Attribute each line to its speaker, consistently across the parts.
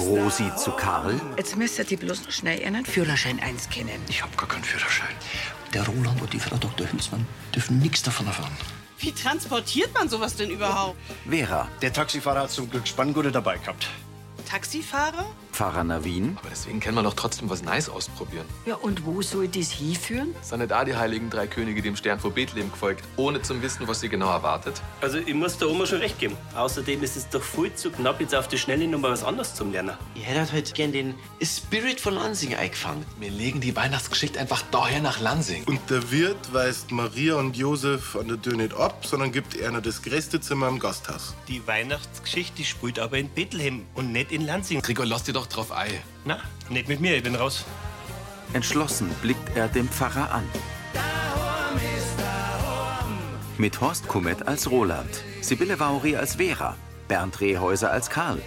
Speaker 1: Rosi zu Karl.
Speaker 2: Jetzt müsst ihr die bloß noch schnell ihren Führerschein eins kennen.
Speaker 3: Ich hab gar keinen Führerschein. Der Roland und die Frau Dr. Hülsmann dürfen nichts davon erfahren.
Speaker 4: Wie transportiert man sowas denn überhaupt?
Speaker 1: Vera,
Speaker 5: Der Taxifahrer hat zum Glück Spanngurte dabei gehabt.
Speaker 4: Taxifahrer?
Speaker 1: Pfarrer Navin,
Speaker 6: Aber deswegen kann man doch trotzdem was Neues ausprobieren.
Speaker 7: Ja, und wo soll das hinführen?
Speaker 6: Sind nicht auch die heiligen drei Könige dem Stern vor Bethlehem gefolgt, ohne zu wissen, was sie genau erwartet?
Speaker 8: Also ich muss der Oma schon recht geben. Außerdem ist es doch viel zu knapp, jetzt auf die Schnelle nochmal was anderes zum Lernen.
Speaker 3: Ihr hättet halt gern den Spirit von Lansing eingefangen.
Speaker 6: Wir legen die Weihnachtsgeschichte einfach daher nach Lansing.
Speaker 9: Und der Wirt weist Maria und Josef an der Tür nicht ab, sondern gibt ihnen das größte Zimmer im Gasthaus.
Speaker 8: Die Weihnachtsgeschichte spielt aber in Bethlehem und nicht in Lansing.
Speaker 6: Gregor, lass dir doch drauf ein.
Speaker 8: Na, nicht mit mir, ich bin raus.
Speaker 1: entschlossen blickt er den Pfarrer an. Mit Horst Kummet als Roland, Sibylle Vauri als Vera, Bernd Rehäuser als Karl,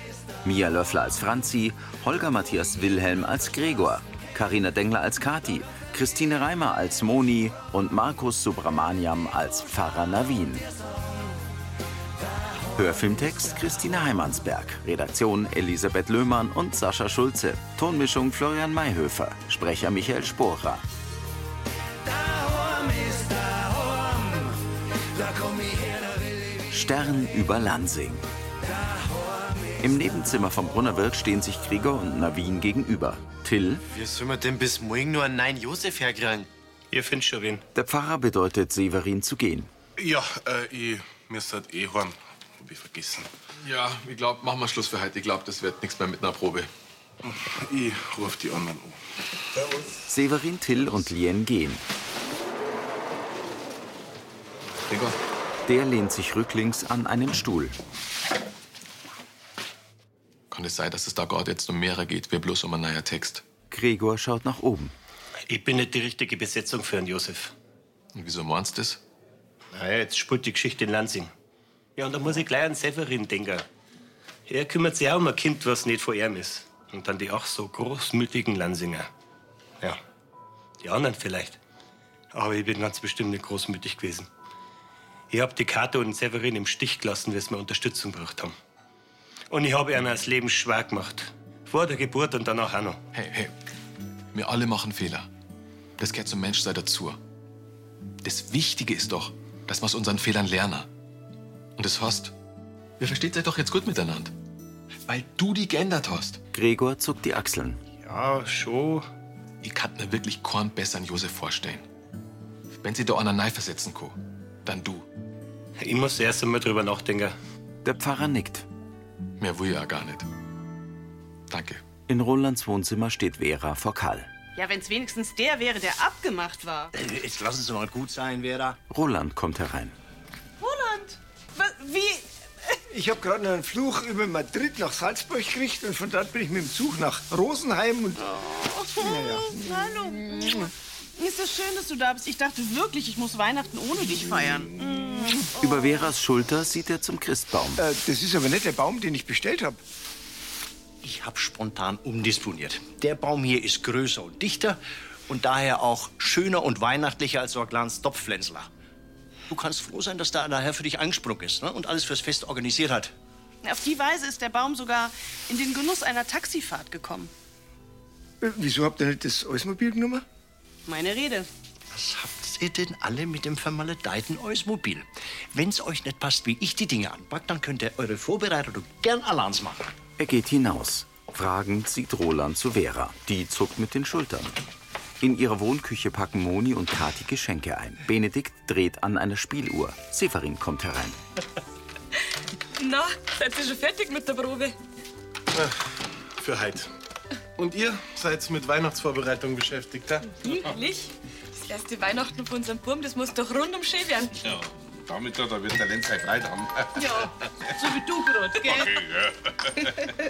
Speaker 1: Mia Löffler als Franzi, Holger Matthias Wilhelm als Gregor, Karina Dengler als Kati, Christine Reimer als Moni und Markus Subramaniam als Pfarrer Navin. Hörfilmtext Christine Heimansberg, Redaktion Elisabeth Löhmann und Sascha Schulze, Tonmischung Florian Mayhöfer, Sprecher Michael Sporer. Stern über Lansing. Im Nebenzimmer vom Brunnerwirt stehen sich Gregor und Navin gegenüber. Till,
Speaker 3: Wie sollen wir denn bis morgen nur einen neuen Josef herkriegen?
Speaker 8: Ihr findet schon wen.
Speaker 1: der Pfarrer bedeutet Severin zu gehen.
Speaker 9: Ja, äh, ich müsste eh heim. Hab ich vergessen.
Speaker 6: Ja, ich glaube, machen wir Schluss für heute. Ich glaube, das wird nichts mehr mit einer Probe.
Speaker 9: Ich ruf die anderen an.
Speaker 1: Severin, Till und Lien gehen.
Speaker 6: Gregor,
Speaker 1: Der lehnt sich rücklings an einen Stuhl.
Speaker 6: kann es sein, dass es da gerade jetzt um mehrere geht, wie bloß um einen neuen Text?
Speaker 1: Gregor schaut nach oben.
Speaker 8: Ich bin nicht die richtige Besetzung für einen Josef.
Speaker 6: Und wieso meinst du das?
Speaker 8: Naja, jetzt spielt die Geschichte in Lansing. Ja, und da muss ich gleich an Severin denken. Er kümmert sich auch um ein Kind, was nicht von ihm ist. Und dann die auch so großmütigen Lansinger. Ja, die anderen vielleicht. Aber ich bin ganz bestimmt nicht großmütig gewesen. Ich hab die Karte und den Severin im Stich gelassen, weil sie mir Unterstützung braucht haben. Und ich habe ihnen das Leben schwer gemacht. Vor der Geburt und danach auch noch.
Speaker 6: Hey, hey, wir alle machen Fehler. Das gehört zum Menschsein dazu. Das Wichtige ist doch, dass wir aus unseren Fehlern lernen. Und das heißt, wir versteht euch doch jetzt gut miteinander. Weil du die geändert hast.
Speaker 1: Gregor zuckt die Achseln.
Speaker 8: Ja, schon.
Speaker 6: Ich kann mir wirklich keinen besseren Josef vorstellen. Wenn sie da einen Nein versetzen kann, dann du.
Speaker 8: Ich muss erst einmal drüber nachdenken.
Speaker 1: Der Pfarrer nickt.
Speaker 6: Mehr will ich ja gar nicht. Danke.
Speaker 1: In Rolands Wohnzimmer steht Vera vor Karl.
Speaker 4: Ja, wenn's wenigstens der wäre, der abgemacht war.
Speaker 5: Jetzt lass es mal gut sein, Vera.
Speaker 1: Roland kommt herein.
Speaker 4: Roland! wa- Wie?
Speaker 10: Ich habe gerade einen Fluch über Madrid nach Salzburg gekriegt und von dort bin ich mit dem Zug nach Rosenheim und Oh.
Speaker 4: Hallo. Ist das schön, dass du da bist. Ich dachte wirklich, ich muss Weihnachten ohne dich feiern. Mm.
Speaker 1: Über Veras Schulter sieht er zum Christbaum.
Speaker 10: äh, das ist aber nicht der Baum, den ich bestellt habe.
Speaker 3: Ich hab spontan umdisponiert. Der Baum hier ist größer und dichter und daher auch schöner und weihnachtlicher als so ein kleines Topfpflänzler. Du kannst froh sein, dass da nachher für dich eingesprungen ist ne? und alles fürs Fest organisiert hat.
Speaker 4: Auf die Weise ist der Baum sogar in den Genuss einer Taxifahrt gekommen.
Speaker 10: Äh, wieso habt ihr nicht das Eusmobil genommen?
Speaker 4: Meine Rede.
Speaker 3: Was habt ihr denn alle mit dem vermaledeiten Eusmobil? Wenn's euch nicht passt, wie ich die Dinge anpacke, dann könnt ihr eure Vorbereitung gern allein machen.
Speaker 1: Er geht hinaus. Fragend sieht Roland zu Vera. Die zuckt mit den Schultern. In ihrer Wohnküche packen Moni und Kati Geschenke ein. Benedikt dreht an einer Spieluhr. Severin kommt herein.
Speaker 11: Na, seid ihr schon fertig mit der Probe?
Speaker 9: Für heute. Und ihr seid mit Weihnachtsvorbereitungen beschäftigt, ja?
Speaker 11: Wirklich? Das erste Weihnachten von unserem Burm, das muss doch rundum schön werden.
Speaker 9: Damit da wird der Lenz halt breit haben.
Speaker 4: So wie du gerade, gell?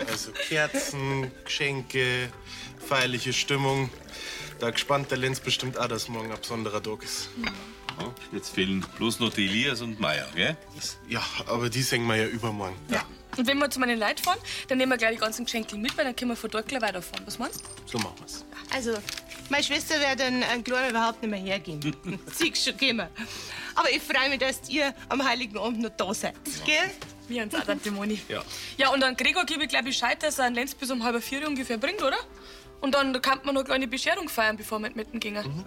Speaker 9: Also Kerzen, Geschenke, feierliche Stimmung. Da gespannt der Lenz bestimmt auch, dass morgen ein besonderer Tag ist.
Speaker 5: Jetzt fehlen bloß noch die Elias und Meier, gell?
Speaker 9: Ja, aber die sehen wir ja übermorgen.
Speaker 11: Ja. Und wenn wir zu meinen Leuten fahren, dann nehmen wir gleich die ganzen Geschenke mit, weil dann können wir von dort gleich weiterfahren. Was meinst du?
Speaker 9: So machen wir's.
Speaker 4: Also, meine Schwester wird den äh, Glauben überhaupt nicht mehr hergeben. Siehst schon, gehen wir. Aber ich freue mich, dass ihr am Heiligen Abend noch da seid. Gell?
Speaker 11: Wir uns auch, Tante Moni.
Speaker 6: Ja.
Speaker 11: Ja, und dann Gregor gebe ich gleich Bescheid, dass er einen Lenz bis um halb vier ungefähr bringt, oder? Und dann kann man noch eine kleine Bescherung feiern, bevor wir mitten gingen.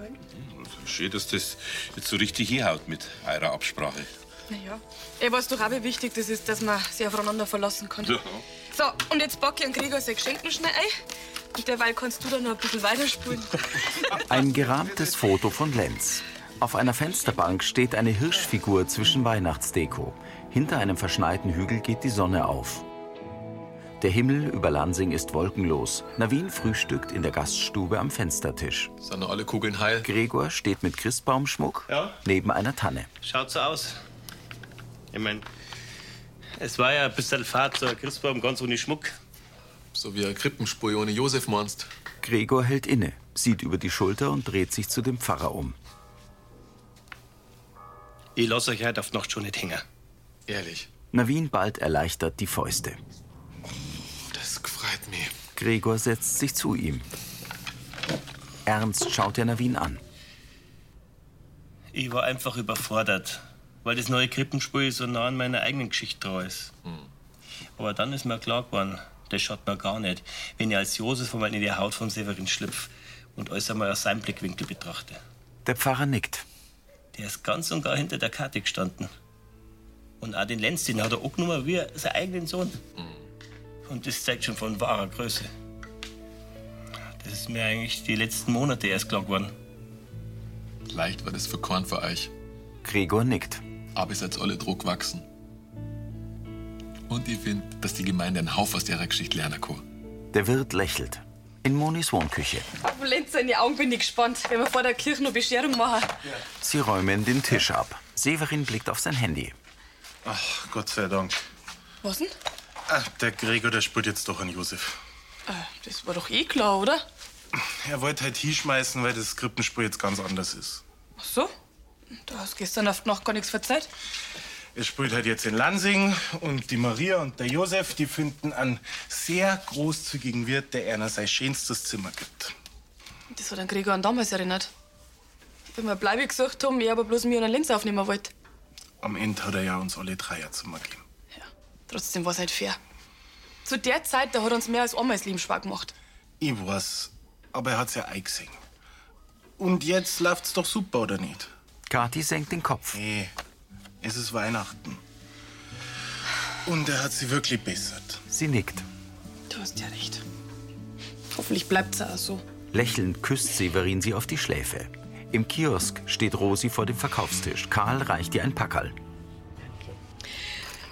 Speaker 5: Schön, dass das jetzt so richtig hinhaut mit eurer Absprache.
Speaker 11: Naja. Ich weiß doch auch, wie wichtig das ist, dass man sich aufeinander verlassen kann.
Speaker 5: Ja.
Speaker 11: So, und jetzt packe ich an Gregor sein Geschenk noch schnell ein. Und derweil kannst du dann noch ein bisschen weiterspielen.
Speaker 1: Ein gerahmtes Foto von Lenz. Auf einer Fensterbank steht eine Hirschfigur zwischen Weihnachtsdeko. Hinter einem verschneiten Hügel geht die Sonne auf. Der Himmel über Lansing ist wolkenlos. Navin frühstückt in der Gaststube am Fenstertisch.
Speaker 6: Sind noch alle Kugeln heil?
Speaker 1: Gregor steht mit Christbaumschmuck
Speaker 8: Ja.
Speaker 1: neben einer Tanne.
Speaker 8: Schaut so aus. Ich mein, es war ja ein bisschen Fahrt zur Christbaum ganz ohne Schmuck.
Speaker 6: So wie ein Krippenspur ohne Josef meinst.
Speaker 1: Gregor hält inne, sieht über die Schulter und dreht sich zu dem Pfarrer um.
Speaker 8: Ich lass euch heute auf die Nacht schon nicht hängen.
Speaker 6: Ehrlich.
Speaker 1: Navin ballt erleichtert die Fäuste.
Speaker 6: Das freut mich.
Speaker 1: Gregor setzt sich zu ihm. Ernst schaut er Navin an.
Speaker 8: Ich war einfach überfordert, weil das neue Krippenspiel so nah an meiner eigenen Geschichte dran ist.
Speaker 6: Hm.
Speaker 8: Aber dann ist mir klar geworden, das schaut mir gar nicht, wenn ich als Josef einmal in die Haut von Severin schlüpf und alles einmal aus seinem Blickwinkel betrachte.
Speaker 1: Der Pfarrer nickt.
Speaker 8: Der ist ganz und gar hinter der Karte gestanden. Und auch den Lenz, den hat er auch genommen wie seinen eigenen Sohn. Und das zeigt schon von wahrer Größe. Das ist mir eigentlich die letzten Monate erst klar geworden.
Speaker 6: Leicht war das für Korn für euch.
Speaker 1: Gregor nickt.
Speaker 6: Aber ihr seid alle Druck wachsen. Und ich finde, dass die Gemeinde einen Haufen aus ihrer Geschichte lernen kann.
Speaker 1: Der Wirt lächelt. In Monis Wohnküche.
Speaker 11: Auf den Lenz in die Augen bin ich gespannt, wenn wir vor der Kirche noch Bescherung machen.
Speaker 1: Sie räumen den Tisch ab. Severin blickt auf sein Handy.
Speaker 9: Ach, Gott sei Dank.
Speaker 11: Was denn?
Speaker 9: Ach, Ah, der Gregor, der spürt jetzt doch an Josef.
Speaker 11: Äh, das war doch eh klar, oder?
Speaker 9: Er wollte halt hinschmeißen, weil das Krippenspiel jetzt ganz anders ist.
Speaker 11: Ach so? Du hast gestern auf die Nacht gar nichts verzeiht.
Speaker 9: Er spielt halt jetzt in Lansing und die Maria und der Josef, die finden einen sehr großzügigen Wirt, der einer sein schönstes Zimmer gibt.
Speaker 11: Das hat an Gregor an damals erinnert. Wenn wir Bleibe gesucht haben, ich aber bloß mir einen Lenz aufnehmen wollte.
Speaker 9: Am Ende hat er ja uns alle drei ein Zimmer gegeben.
Speaker 11: Trotzdem war es halt fair. Zu der Zeit, da hat uns mehr als einmal das Leben schwer gemacht.
Speaker 9: Ich weiß, aber er hat's ja eingesehen. Und jetzt läuft's doch super, oder nicht?
Speaker 1: Kathi senkt den Kopf.
Speaker 9: Nee, es ist Weihnachten. Und er hat sie wirklich bessert.
Speaker 1: Sie nickt.
Speaker 11: Du hast ja recht. Hoffentlich bleibt's auch so.
Speaker 1: Lächelnd küsst Severin sie auf die Schläfe. Im Kiosk steht Rosi vor dem Verkaufstisch. Karl reicht ihr ein Packerl.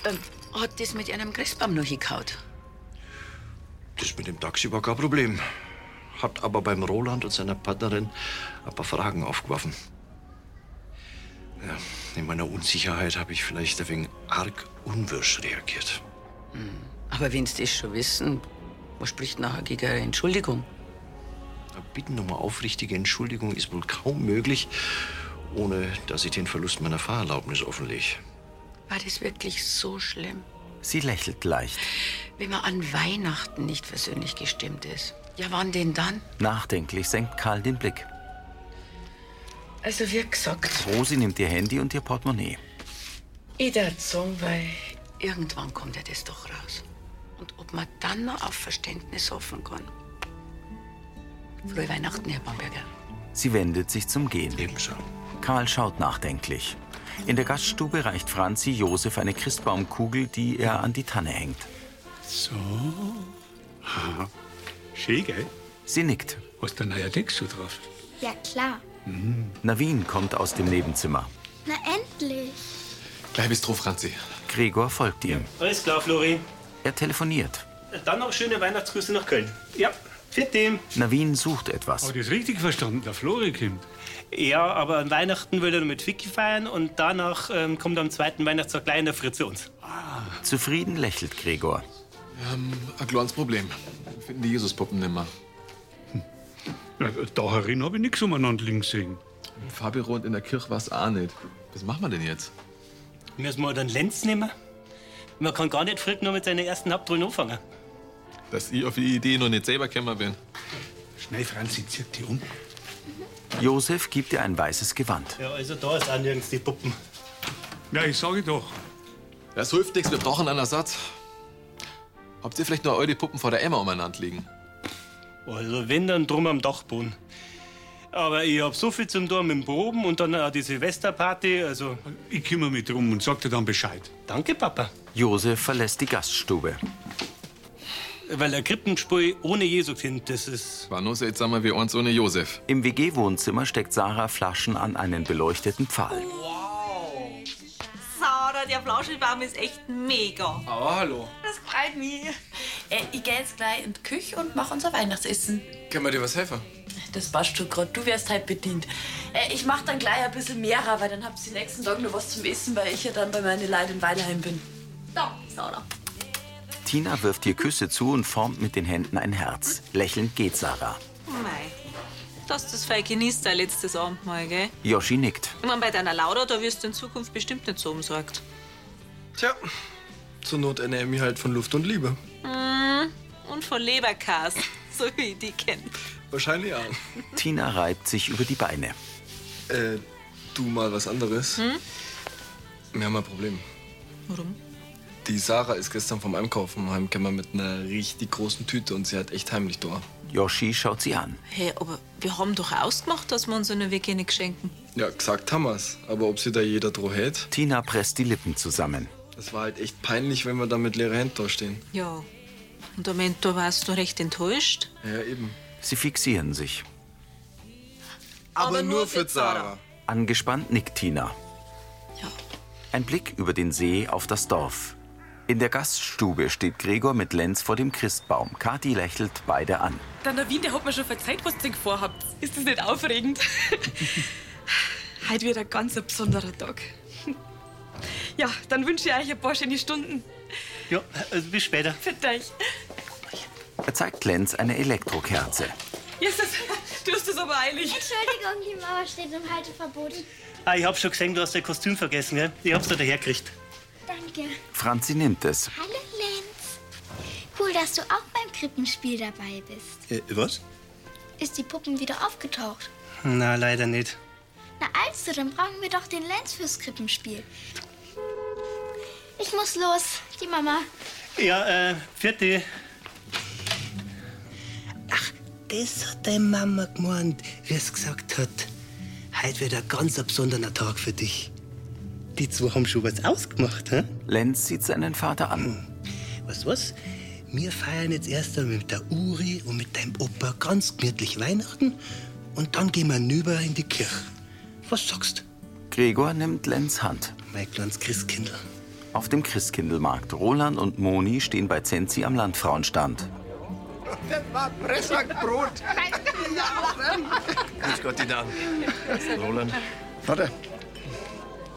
Speaker 2: Ähm, hat das mit einem Christbaum noch gekaut?
Speaker 3: Das mit dem Taxi war kein Problem. Hat aber beim Roland und seiner Partnerin ein paar Fragen aufgeworfen. Ja, in meiner Unsicherheit habe ich vielleicht ein wenig arg unwirsch reagiert.
Speaker 2: Hm. Aber wenn Sie das schon wissen, was spricht nachher gegen eine Entschuldigung?
Speaker 3: Eine Bitten um eine aufrichtige Entschuldigung ist wohl kaum möglich, ohne dass ich den Verlust meiner Fahrerlaubnis offenlege.
Speaker 2: War das wirklich so schlimm,
Speaker 1: Sie lächelt leicht.
Speaker 2: wenn man an Weihnachten nicht versöhnlich gestimmt ist? Ja, wann denn dann?
Speaker 1: Nachdenklich senkt Karl den Blick.
Speaker 2: Also, wie gesagt,
Speaker 1: Rosi nimmt ihr Handy und ihr Portemonnaie.
Speaker 2: ich darf sagen, weil irgendwann kommt ja das doch raus. Und ob man dann noch auf Verständnis hoffen kann. Frohe Weihnachten, Herr Bamberger.
Speaker 1: Sie wendet sich zum Gehen.
Speaker 3: Ebenso.
Speaker 1: Karl schaut nachdenklich. In der Gaststube reicht Franzi Josef eine Christbaumkugel, die er an die Tanne hängt.
Speaker 12: So. Ha. Schön, gell?
Speaker 1: Sie nickt.
Speaker 12: Hast du neuerdings schon drauf? Hm.
Speaker 13: Ja, klar.
Speaker 1: Navin kommt aus dem Nebenzimmer.
Speaker 13: Na, endlich.
Speaker 1: Gleich bist du, Franzi. Gregor folgt ihm.
Speaker 8: Alles klar, Flori.
Speaker 1: Er telefoniert.
Speaker 8: Dann noch schöne Weihnachtsgrüße nach Köln. Ja, fit dem.
Speaker 1: Navin sucht etwas.
Speaker 12: Habe ich das richtig verstanden? Der Flori kommt.
Speaker 8: Ja, aber an Weihnachten will er nur mit Vicky feiern und danach ähm, kommt am zweiten Weihnachtstag gleich der Fritz zu uns.
Speaker 1: Zufrieden lächelt Gregor.
Speaker 6: Wir haben Ähm, ein kleines Problem. Wir finden die Jesuspuppen nimmer.
Speaker 12: Na, Da herin habe ich nichts umeinander liegen sehen.
Speaker 6: Im Fabio in der Kirche war es auch nicht. Was machen wir denn jetzt?
Speaker 8: Müssen wir dann Lenz nehmen? Man kann gar nicht Frick nur mit seiner ersten Hauptrollen anfangen.
Speaker 6: Dass ich auf die Idee noch nicht selber gekommen bin.
Speaker 12: Schnell, Franzi, zieh die um.
Speaker 1: Josef gibt ihr ein weißes Gewand.
Speaker 8: Ja, also da ist auch nirgends die Puppen.
Speaker 12: Ja, ich sage doch.
Speaker 6: Das hilft nichts, wir brauchen einen Ersatz. Habt ihr vielleicht nur eure Puppen vor der Emma umeinander liegen?
Speaker 8: Also wenn, dann drum am Dachboden. Aber ich hab so viel zum tun mit dem Proben und dann auch die Silvesterparty, also...
Speaker 12: Ich kümmere mich drum und sag dir dann Bescheid.
Speaker 8: Danke, Papa.
Speaker 1: Josef verlässt die Gaststube.
Speaker 8: Weil ein Krippenspiel ohne Jesukind, das ist...
Speaker 6: War nur jetzt einmal wie uns ohne Josef.
Speaker 1: Im WG-Wohnzimmer steckt Sarah Flaschen an einen beleuchteten Pfahl.
Speaker 14: Sarah, der Flaschenbaum ist echt mega.
Speaker 15: Aber Oh, hallo.
Speaker 14: Das freut mich. Äh, ich gehe jetzt gleich in die Küche und mache unser Weihnachtsessen.
Speaker 15: Können wir dir was helfen?
Speaker 14: Das passt schon gerade. Du wirst halt bedient. Äh, ich mache dann gleich ein bisschen mehrer, weil dann habt ihr die nächsten Tag noch was zum Essen, weil ich ja dann bei meinen Leuten in Weilheim bin. Da, Sarah.
Speaker 1: Tina wirft ihr Küsse zu und formt mit den Händen ein Herz. Lächelnd geht Sarah.
Speaker 16: Oh Mei. Du hast das voll genießt, dein letztes Abendmahl, gell?
Speaker 1: Yoshi nickt.
Speaker 16: Ich mein, bei deiner Laura, da wirst du in Zukunft bestimmt nicht so umsorgt.
Speaker 12: Tja.
Speaker 15: Zur Not ernähre ich mich halt von Luft und Liebe.
Speaker 16: Mm, und von Leberkas, so wie ich die kenne.
Speaker 15: Wahrscheinlich auch.
Speaker 1: Tina reibt sich über die Beine.
Speaker 15: Äh, du mal was anderes.
Speaker 16: Hm?
Speaker 15: Wir haben ein Problem.
Speaker 16: Warum?
Speaker 15: Die Sarah ist gestern vom Einkaufen heimgekommen mit einer richtig großen Tüte und sie hat echt heimlich da.
Speaker 1: Yoshi schaut sie an.
Speaker 16: Hey, aber wir haben doch ausgemacht, dass wir uns in der WG nicht schenken.
Speaker 15: Ja, gesagt haben wir's. Aber ob sie da jeder droh hält?
Speaker 1: Tina presst die Lippen zusammen.
Speaker 15: Das war halt echt peinlich, wenn wir da mit leeren Händen dastehen.
Speaker 16: Ja. Und am Ende da warst du recht enttäuscht.
Speaker 15: Ja, eben.
Speaker 1: Sie fixieren sich.
Speaker 15: Aber, nur für Sarah.
Speaker 1: Angespannt nickt Tina. Ein Blick über den See auf das Dorf. In der Gaststube steht Gregor mit Lenz vor dem Christbaum. Kathi lächelt beide an.
Speaker 11: Dann der Wien, der hat mir schon verzeiht, was ihr vorhabt. Ist das nicht aufregend? Heute wird ein ganz ein besonderer Tag. Ja, dann wünsche ich euch ein paar schöne Stunden.
Speaker 8: Ja, also bis später.
Speaker 11: Für dich.
Speaker 1: Er zeigt Lenz eine Elektrokerze.
Speaker 11: Jesus, du hast es aber eilig.
Speaker 13: Entschuldigung, die Mauer steht im Halteverbot.
Speaker 8: Ah, ich hab schon gesehen, du hast dein Kostüm vergessen, gell? Ich hab's da daherkriegt.
Speaker 13: Danke.
Speaker 1: Franzi nimmt es.
Speaker 13: Hallo Lenz. Cool, dass du auch beim Krippenspiel dabei bist.
Speaker 8: was?
Speaker 13: Ist die Puppen wieder aufgetaucht?
Speaker 8: Na, leider nicht.
Speaker 13: Na also, dann brauchen wir doch den Lenz fürs Krippenspiel. Ich muss los, die Mama.
Speaker 8: Ja, äh, vierte.
Speaker 17: Das hat deine Mama gemeint, wie es gesagt hat. Heute wird ein ganz ein besonderer Tag für dich. Die zwei haben schon was ausgemacht, hä? Hm.
Speaker 1: Lenz sieht seinen Vater an.
Speaker 17: Was, was? Wir feiern jetzt erst einmal mit der Uri und mit deinem Opa ganz gemütlich Weihnachten und dann gehen wir nüber in die Kirche. Was sagst
Speaker 1: Gregor nimmt Lenz Hand.
Speaker 17: Mein kleines Christkindl.
Speaker 1: Auf dem Christkindlmarkt. Roland und Moni stehen bei Zenzi am Landfrauenstand.
Speaker 10: Das war Pressbackbrot.
Speaker 15: Grüß Gott, die Damen. Roland.
Speaker 10: Warte.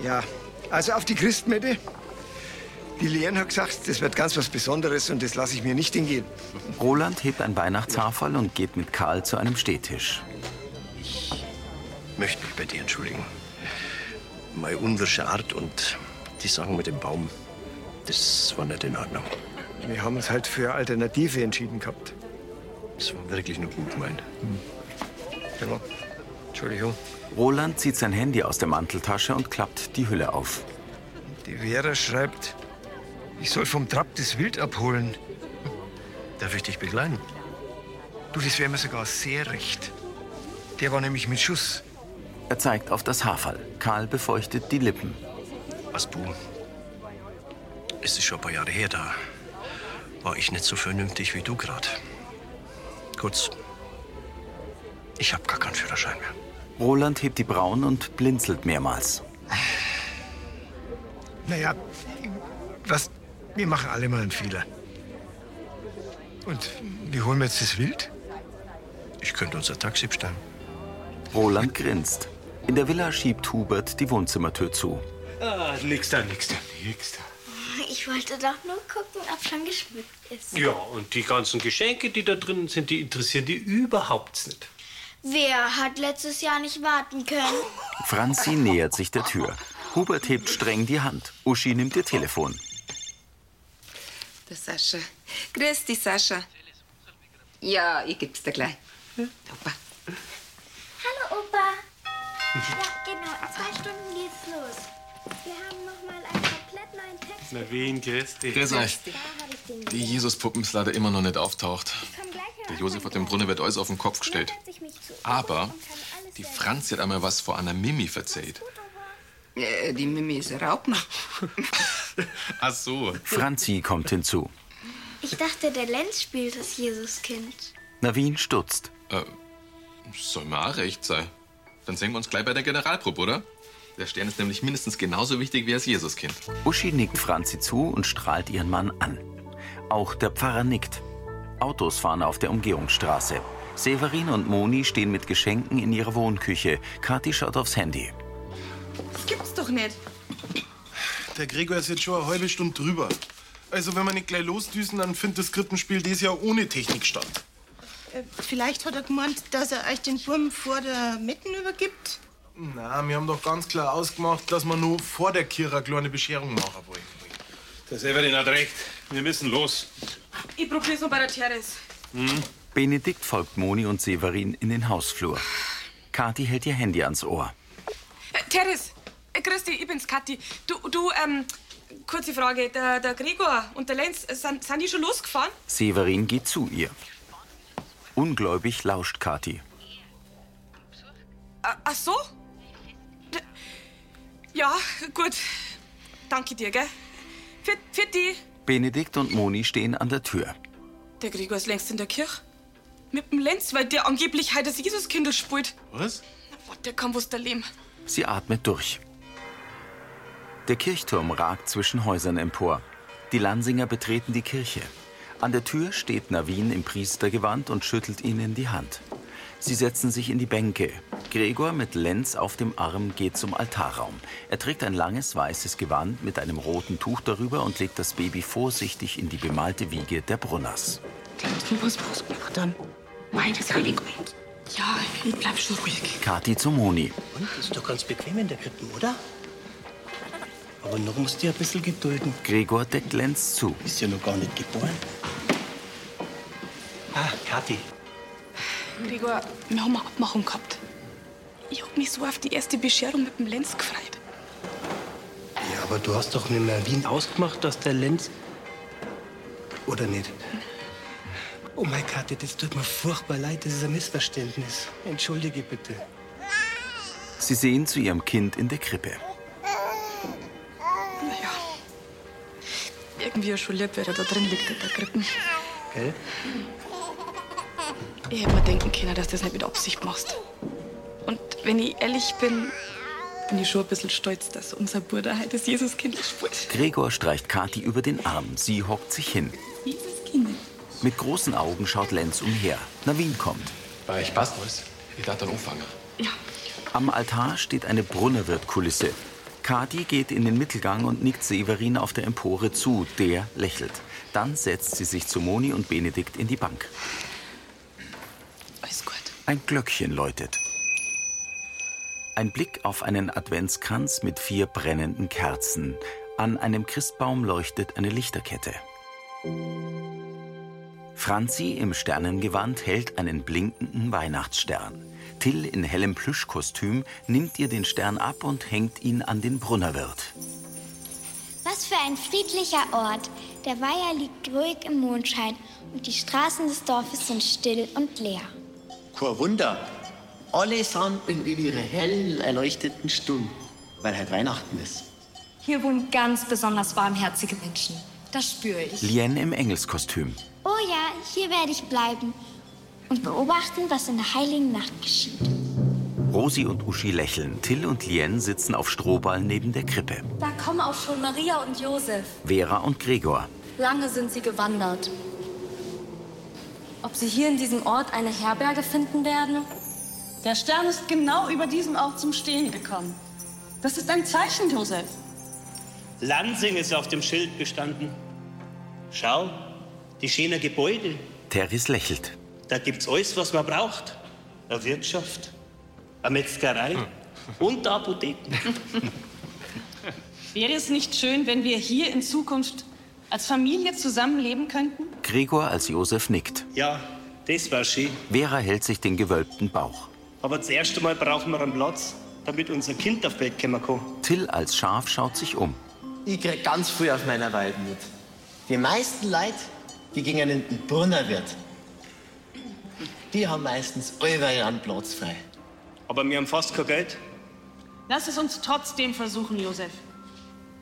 Speaker 10: Ja, also auf die Christmette. Die Lehren hat gesagt, das wird ganz was Besonderes und das lasse ich mir nicht entgehen.
Speaker 1: Roland hebt ein Weihnachtshaferl und geht mit Karl zu einem Stehtisch.
Speaker 3: möchte mich bei dir entschuldigen. Meine unwirsche Art und die Sachen mit dem Baum, das war nicht in Ordnung.
Speaker 10: Wir haben uns halt für eine Alternative entschieden gehabt.
Speaker 3: Das war wirklich nur gut gemeint.
Speaker 10: Genau.
Speaker 3: Entschuldigung.
Speaker 1: Roland zieht sein Handy aus der Manteltasche und klappt die Hülle auf.
Speaker 10: Die Vera schreibt, ich soll vom Trab das Wild abholen.
Speaker 3: Darf ich dich begleiten?
Speaker 10: Du, das wäre mir sogar sehr recht. Der war nämlich mit Schuss.
Speaker 1: Er zeigt auf das Haferl. Karl befeuchtet die Lippen.
Speaker 3: Was, Bu? Es ist schon ein paar Jahre her, da war ich nicht so vernünftig wie du gerade. Kurz, ich habe gar keinen Führerschein mehr.
Speaker 1: Roland hebt die Brauen und blinzelt mehrmals.
Speaker 10: Naja, was, wir machen alle mal einen Fehler. Und wie holen wir jetzt das Wild?
Speaker 3: Ich könnte unser Taxi bestellen.
Speaker 1: Roland grinst. In der Villa schiebt Hubert die Wohnzimmertür zu.
Speaker 8: Ah, nix da, nix da, nix da.
Speaker 13: Oh, Ich wollte doch nur gucken, ob schon geschmückt ist.
Speaker 8: Ja, und die ganzen Geschenke, die da drin sind, die interessieren die überhaupt nicht.
Speaker 13: Wer hat letztes Jahr nicht warten können?
Speaker 1: Franzi nähert sich der Tür. Hubert hebt streng die Hand. Uschi nimmt ihr Telefon.
Speaker 18: Der Sascha. Grüß dich, Sascha. Ja, ich geb's dir gleich.
Speaker 13: Hallo Opa. Ja, genau, in zwei Stunden geht's los. Wir haben nochmal einen komplett neuen Text
Speaker 9: Na, wen, grüß dich.
Speaker 6: Grüß euch. Die Jesuspuppen ist leider immer noch nicht auftaucht. Der Josef hat dem Brunner wird alles auf den Kopf gestellt. Aber die Franzi hat einmal was vor einer Mimi verzählt.
Speaker 2: Äh, die Mimi ist ein Raubner.
Speaker 6: Ach so.
Speaker 1: Franzi kommt hinzu.
Speaker 13: Ich dachte, der Lenz spielt das Jesuskind.
Speaker 1: Navin stutzt.
Speaker 6: Äh, soll mir auch recht sein. Dann sehen wir uns gleich bei der Generalprobe, oder? Der Stern ist nämlich mindestens genauso wichtig wie das Jesuskind.
Speaker 1: Uschi nickt Franzi zu und strahlt ihren Mann an. Auch der Pfarrer nickt. Autos fahren auf der Umgehungsstraße. Severin und Moni stehen mit Geschenken in ihrer Wohnküche. Kathi schaut aufs Handy.
Speaker 4: Das gibt's doch nicht.
Speaker 9: Der Gregor ist jetzt schon eine halbe Stunde drüber. Also, wenn wir nicht gleich losdüsen, dann findet das Krippenspiel dieses Jahr ohne Technik statt.
Speaker 19: Äh, Vielleicht hat er gemeint, dass er euch den Wurm vor der Mitten übergibt.
Speaker 9: Na, wir haben doch ganz klar ausgemacht, dass wir nur vor der Kira eine kleine Bescherung machen wollen.
Speaker 5: Der Severin hat recht. Wir müssen los.
Speaker 11: Ich probier's noch bei der Teres.
Speaker 1: Benedikt folgt Moni und Severin in den Hausflur. Kathi hält ihr Handy ans Ohr.
Speaker 11: Äh, Teres, äh, grüß dich, ich bin's, Kathi. Du, du, ähm, kurze Frage. Der, der Gregor und der Lenz, äh, sind, sind die schon losgefahren?
Speaker 1: Severin geht zu ihr. Ungläubig lauscht Kathi.
Speaker 11: Äh, ach so? D- Ja, gut. Danke dir, gell? Für, für die.
Speaker 1: Benedikt und Moni stehen an der Tür.
Speaker 11: Der Gregor ist längst in der Kirche. Mit dem Lenz, weil der angeblich heute das Jesuskind spielt.
Speaker 9: Was?
Speaker 11: Boah, der kann wo's da leben.
Speaker 1: Sie atmet durch. Der Kirchturm ragt zwischen Häusern empor. Die Lansinger betreten die Kirche. An der Tür steht Navin im Priestergewand und schüttelt ihnen die Hand. Sie setzen sich in die Bänke. Gregor mit Lenz auf dem Arm geht zum Altarraum. Er trägt ein langes weißes Gewand mit einem roten Tuch darüber und legt das Baby vorsichtig in die bemalte Wiege der Brunners.
Speaker 20: Du musst bloß gemacht haben. Meines Heiligenblut. Ja, ich bleib schon ruhig.
Speaker 1: Kathi zu Moni.
Speaker 17: Ist doch ganz bequem in der Krippe, oder? Aber noch musst du ja ein bisschen gedulden.
Speaker 1: Gregor deckt Lenz zu.
Speaker 17: Ist ja noch gar nicht geboren. Ah, Kathi.
Speaker 11: Gregor, wir haben eine Abmachung gehabt. Ich hab mich so auf die erste Bescherung mit dem Lenz gefreut.
Speaker 17: Ja, aber du hast doch mit Merwin ausgemacht, dass der Lenz. Oder nicht? Oh mein Kathi, das tut mir furchtbar leid. Das ist ein Missverständnis. Entschuldige bitte.
Speaker 1: Sie sehen zu ihrem Kind in der Krippe.
Speaker 11: Naja. Irgendwie ja schon lieb, wer da drin liegt in der Krippen.
Speaker 17: Gell?
Speaker 11: Ich hätte mir denken können, dass du das nicht mit Absicht machst. Und wenn ich ehrlich bin, bin ich schon ein bisschen stolz, dass unser Bruder halt das Jesuskind spielt.
Speaker 1: Gregor streicht Kathi über den Arm. Sie hockt sich hin. Mit großen Augen schaut Lenz umher. Navin kommt.
Speaker 6: Bei euch passt was? Äh, Ich darf dann anfangen.
Speaker 1: Am Altar steht eine Brunnerwirtkulisse. Kati geht in den Mittelgang und nickt Severin auf der Empore zu. Der lächelt. Dann setzt sie sich zu Moni und Benedikt in die Bank.
Speaker 11: Alles gut.
Speaker 1: Ein Glöckchen läutet. Ein Blick auf einen Adventskranz mit vier brennenden Kerzen. An einem Christbaum leuchtet eine Lichterkette. Franzi im Sternengewand hält einen blinkenden Weihnachtsstern. Till in hellem Plüschkostüm nimmt ihr den Stern ab und hängt ihn an den Brunnerwirt.
Speaker 13: Was für ein friedlicher Ort. Der Weiher liegt ruhig im Mondschein und die Straßen des Dorfes sind still und leer.
Speaker 21: Kein Wunder. Alle Sanden in ihre hellen, erleuchteten Stunden, weil halt Weihnachten ist.
Speaker 22: Hier wohnen ganz besonders warmherzige Menschen. Das spüre ich.
Speaker 1: Lien im Engelskostüm.
Speaker 13: Oh ja, hier werde ich bleiben und beobachten, was in der heiligen Nacht geschieht.
Speaker 1: Rosi und Uschi lächeln. Till und Lien sitzen auf Strohballen neben der Krippe.
Speaker 16: Da kommen auch schon Maria und Josef.
Speaker 1: Vera und Gregor.
Speaker 16: Lange sind sie gewandert. Ob sie hier in diesem Ort eine Herberge finden werden? Der Stern ist genau über diesem Ort zum Stehen gekommen. Das ist ein Zeichen, Josef.
Speaker 23: Lansing ist auf dem Schild gestanden. Schau, die schönen Gebäude.
Speaker 1: Teres lächelt.
Speaker 23: Da gibt's alles, was man braucht. Eine Wirtschaft, eine Metzgerei
Speaker 8: Hm.
Speaker 23: und eine Apotheke.
Speaker 16: Wäre es nicht schön, wenn wir hier in Zukunft als Familie zusammenleben könnten?
Speaker 1: Gregor als Josef nickt.
Speaker 23: Ja, das war schön.
Speaker 1: Vera hält sich den gewölbten Bauch.
Speaker 23: Aber das erste Mal brauchen wir einen Platz, damit unser Kind auf die Welt kommen kann.
Speaker 1: Till als Schaf schaut sich um.
Speaker 3: Ich krieg ganz früh auf meiner Weide mit. Die meisten Leute, die gingen in den Brunnerwirt. Die haben meistens über ihren Platz frei.
Speaker 8: Aber wir haben fast kein Geld.
Speaker 4: Lass es uns trotzdem versuchen, Josef.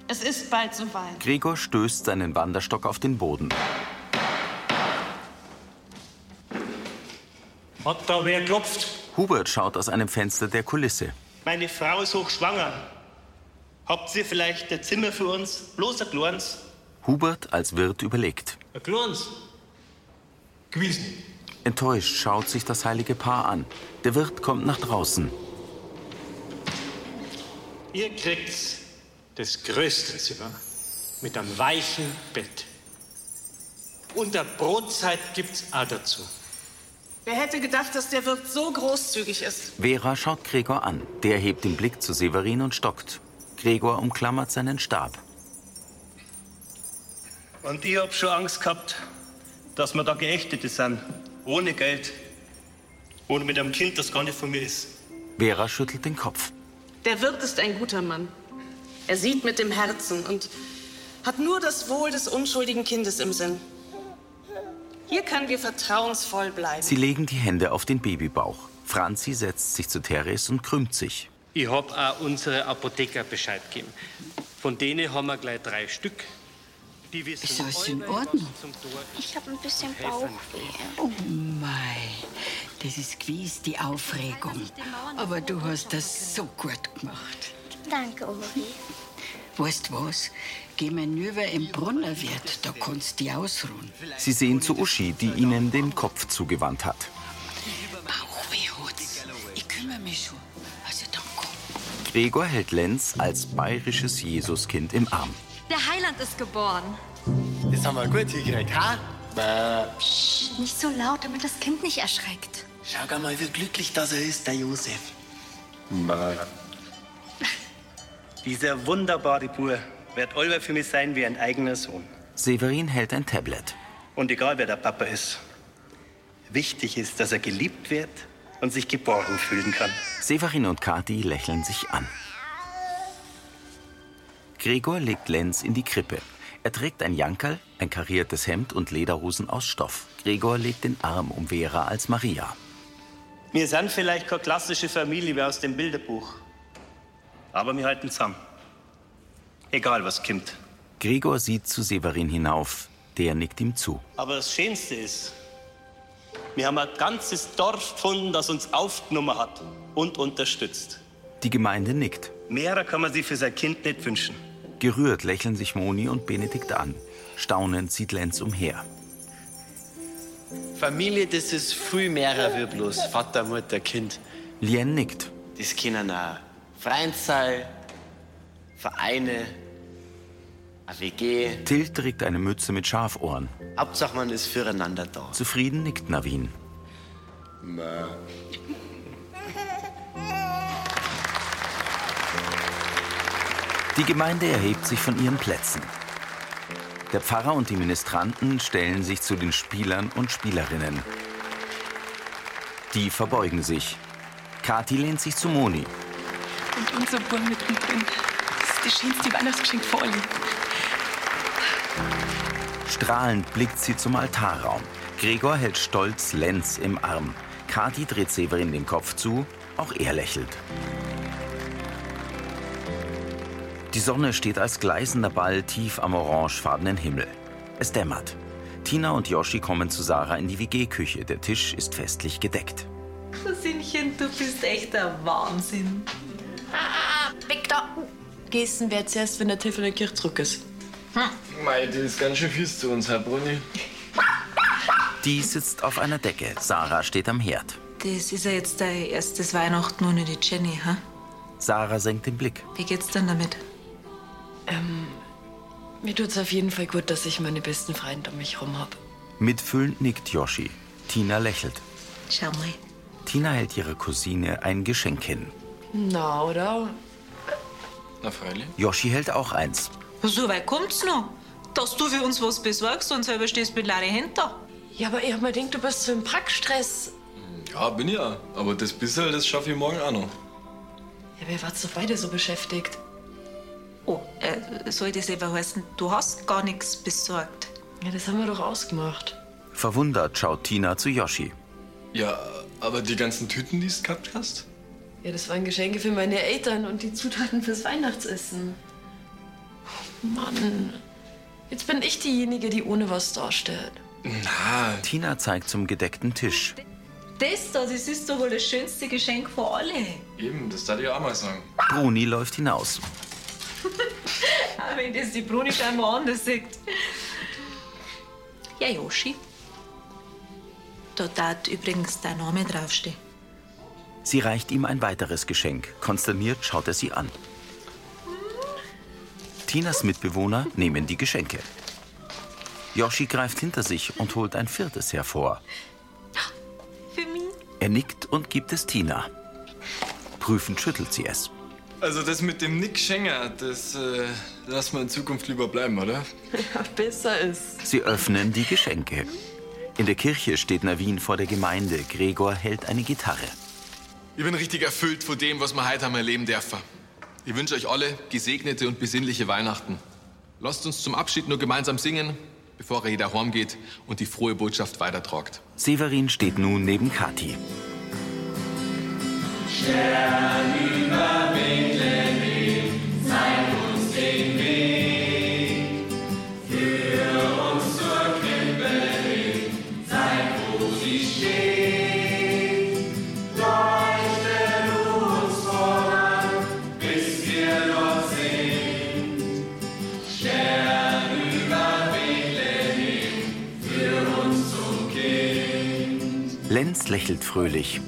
Speaker 4: Es ist bald soweit.
Speaker 1: Gregor stößt seinen Wanderstock auf den Boden.
Speaker 8: Hat da wer geklopft?
Speaker 1: Hubert schaut aus einem Fenster der Kulisse.
Speaker 8: Meine Frau ist hochschwanger. Habt ihr vielleicht ein Zimmer für uns? Bloß ein kleines.
Speaker 1: Hubert als Wirt überlegt.
Speaker 8: Ein kleines? Gewiss nicht.
Speaker 1: Enttäuscht schaut sich das heilige Paar an. Der Wirt kommt nach draußen.
Speaker 24: Ihr kriegt das größte Zimmer mit einem weichen Bett. Und der Brotzeit gibt's auch dazu.
Speaker 4: Wer hätte gedacht, dass der Wirt so großzügig ist?
Speaker 1: Vera schaut Gregor an. Der hebt den Blick zu Severin und stockt. Gregor umklammert seinen Stab.
Speaker 8: Und ich hab schon Angst gehabt, dass wir da Geächtete sind. Ohne Geld. Und mit einem Kind, das gar nicht von mir ist.
Speaker 1: Vera schüttelt den Kopf.
Speaker 4: Der Wirt ist ein guter Mann. Er sieht mit dem Herzen und hat nur das Wohl des unschuldigen Kindes im Sinn. Hier können wir vertrauensvoll bleiben.
Speaker 1: Sie legen die Hände auf den Babybauch. Franzi setzt sich zu Therese und krümmt sich.
Speaker 24: Ich hab auch unsere Apotheker Bescheid gegeben. Von denen haben wir gleich drei Stück. Die wissen
Speaker 12: Ist alles in
Speaker 24: allweil,
Speaker 12: Ordnung?
Speaker 24: was zum Tor
Speaker 13: Ich habe ein bisschen
Speaker 24: helfen
Speaker 13: Bauchweh.
Speaker 12: Oh mei, das ist gewiss die Aufregung. Aber du hast das so gut gemacht.
Speaker 13: Danke, Uri.
Speaker 12: Weißt was? Geh mir nüber im Brunnerwirt, da kannst du dich ausruhen.
Speaker 1: Sie sehen zu Uschi, die ihnen den Kopf zugewandt hat.
Speaker 12: Bauchweh hat's. Ich kümmere mich schon. Also dann komm.
Speaker 1: Gregor hält Lenz als bayerisches Jesuskind im Arm.
Speaker 22: Der Heiland ist geboren.
Speaker 3: Das haben wir gut hingekriegt, ha?
Speaker 22: Psst, nicht so laut, damit das Kind nicht erschreckt.
Speaker 3: Schau mal, wie glücklich das er ist, der Josef.
Speaker 8: Dieser wunderbare Bur wird allweil für mich sein wie ein eigener Sohn.
Speaker 1: Severin hält ein Tablet.
Speaker 8: Und egal, wer der Papa ist. Wichtig ist, dass er geliebt wird und sich geborgen fühlen kann.
Speaker 1: Severin und Kati lächeln sich an. Gregor legt Lenz in die Krippe. Er trägt ein Jankerl, ein kariertes Hemd und Lederhosen aus Stoff. Gregor legt den Arm um Vera als Maria.
Speaker 8: Wir sind vielleicht keine klassische Familie wie aus dem Bilderbuch. Aber wir halten zusammen. Egal, was kommt.
Speaker 1: Gregor sieht zu Severin hinauf. Der nickt ihm zu.
Speaker 8: Aber das Schönste ist, wir haben ein ganzes Dorf gefunden, das uns aufgenommen hat und unterstützt.
Speaker 1: Die Gemeinde nickt.
Speaker 8: Mehrer kann man sich für sein Kind nicht wünschen.
Speaker 1: Gerührt lächeln sich Moni und Benedikt an. Staunend sieht Lenz umher.
Speaker 3: Familie, das ist viel mehr wie bloß Vater, Mutter, Kind.
Speaker 1: Lien nickt.
Speaker 3: Das können auch Freund sein, Vereine, eine WG.
Speaker 1: Till trägt eine Mütze mit Schafohren.
Speaker 3: Hauptsache, man ist füreinander da.
Speaker 1: Zufrieden nickt Navin. Die Gemeinde erhebt sich von ihren Plätzen. Der Pfarrer und die Ministranten stellen sich zu den Spielern und Spielerinnen. Die verbeugen sich. Kathi lehnt sich zu Moni.
Speaker 11: Und unser Bub mittendrin. Das ist das schönste Weihnachtsgeschenk für alle.
Speaker 1: Strahlend blickt sie zum Altarraum. Gregor hält stolz Lenz im Arm. Kathi dreht Severin den Kopf zu, auch er lächelt. Die Sonne steht als gleißender Ball tief am orangefarbenen Himmel. Es dämmert. Tina und Yoshi kommen zu Sarah in die WG-Küche. Der Tisch ist festlich gedeckt.
Speaker 16: Sinnchen, du bist echt der Wahnsinn. Ah, weg da! Gessen wird zuerst, wenn der Tiff in der Kirche zurück ist.
Speaker 14: Hm.
Speaker 15: Mei, das ist ganz schön fies zu uns, Herr Bruni.
Speaker 1: Die sitzt auf einer Decke. Sarah steht am Herd.
Speaker 16: Das ist ja jetzt dein erstes Weihnachten ohne die Jenny, ha?
Speaker 1: Sarah senkt den Blick.
Speaker 16: Wie geht's denn damit?
Speaker 14: Ähm, mir tut's auf jeden Fall gut, dass ich meine besten Freunde um mich rum hab.
Speaker 1: Mitfühlend nickt Yoshi. Tina lächelt.
Speaker 14: Schau mal.
Speaker 1: Tina hält ihrer Cousine ein Geschenk hin.
Speaker 14: Na, oder?
Speaker 1: Na freilich. Yoshi hält auch eins.
Speaker 16: So weit kommt's noch, dass du für uns was besorgst und selber stehst mit leeren Händen da.
Speaker 14: Ja, aber ich hab mir gedacht, du bist so im Packstress.
Speaker 15: Ja, bin ja. Aber das bisschen, das schaffe ich morgen auch noch.
Speaker 14: Ja, wir waren so beide so beschäftigt.
Speaker 16: Oh, äh, soll das eben heißen, du hast gar nichts besorgt? Ja, das haben wir doch ausgemacht.
Speaker 1: Verwundert schaut Tina zu Yoshi.
Speaker 6: Ja, aber die ganzen Tüten, die es gehabt hast?
Speaker 16: Ja, das waren Geschenke für meine Eltern und die Zutaten fürs Weihnachtsessen. Oh Mann, jetzt bin ich diejenige, die ohne was dasteht.
Speaker 1: Tina zeigt zum gedeckten Tisch.
Speaker 16: Das da, das ist doch wohl das schönste Geschenk von alle.
Speaker 6: Eben, das darf ich auch mal sagen.
Speaker 1: Bruni läuft hinaus.
Speaker 16: Auch wenn das die Bruni schon mal anders sieht. Ja, Yoshi. Da tat übrigens dein Name draufstehen.
Speaker 1: Sie reicht ihm ein weiteres Geschenk. Konsterniert schaut er sie an. Tinas Mitbewohner nehmen die Geschenke. Yoshi greift hinter sich und holt ein viertes hervor. Er nickt und gibt es Tina. Prüfend schüttelt sie es.
Speaker 6: Also das mit dem Nick Schenger, das äh, lassen wir in Zukunft lieber bleiben, oder?
Speaker 16: Ja, besser ist.
Speaker 1: Sie öffnen die Geschenke. In der Kirche steht Navin vor der Gemeinde. Gregor hält eine Gitarre.
Speaker 6: Ich bin richtig erfüllt von dem, was wir heute haben erleben dürfen. Ich wünsche euch alle gesegnete und besinnliche Weihnachten. Lasst uns zum Abschied nur gemeinsam singen, bevor jeder heimgeht und die frohe Botschaft weitertragt.
Speaker 1: Severin steht nun neben Kathi.
Speaker 25: Stern über Bethlehem, zeig uns den Weg. Führ uns zur Krippe hin, zeig, wo sie steht. Leuchte du uns voran, bis wir dort sind. Stern über Bethlehem, führ uns zum Kind.
Speaker 1: Lenz lächelt fröhlich.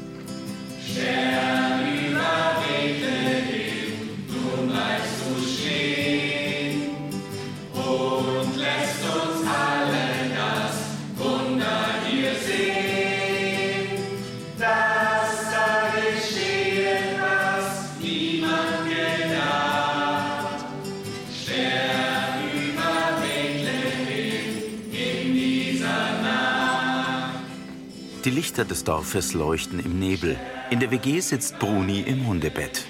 Speaker 25: Stern über Bethlehem, du bleibst du stehen und lässt uns alle das Wunder hier sehen. Dass da geschehen, was niemand gedacht. Stern über Bethlehem in dieser Nacht.
Speaker 1: Die Lichter des Dorfes leuchten im Nebel. In der WG sitzt Bruni im Hundebett.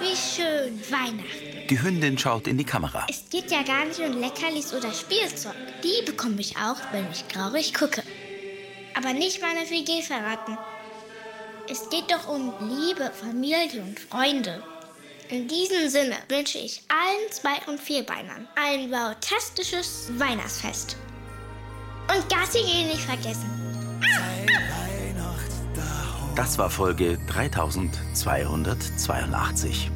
Speaker 13: Wie schön, Weihnachten.
Speaker 1: Die Hündin schaut in die Kamera.
Speaker 13: Es geht ja gar nicht um Leckerlis oder Spielzeug. Die bekomme ich auch, wenn ich traurig gucke. Aber nicht meine WG verraten. Es geht doch um Liebe, Familie und Freunde. In diesem Sinne wünsche ich allen Zwei- und Vierbeinern ein bautastisches Weihnachtsfest. Und Gassi gehen nicht vergessen.
Speaker 1: Das war Folge 3282.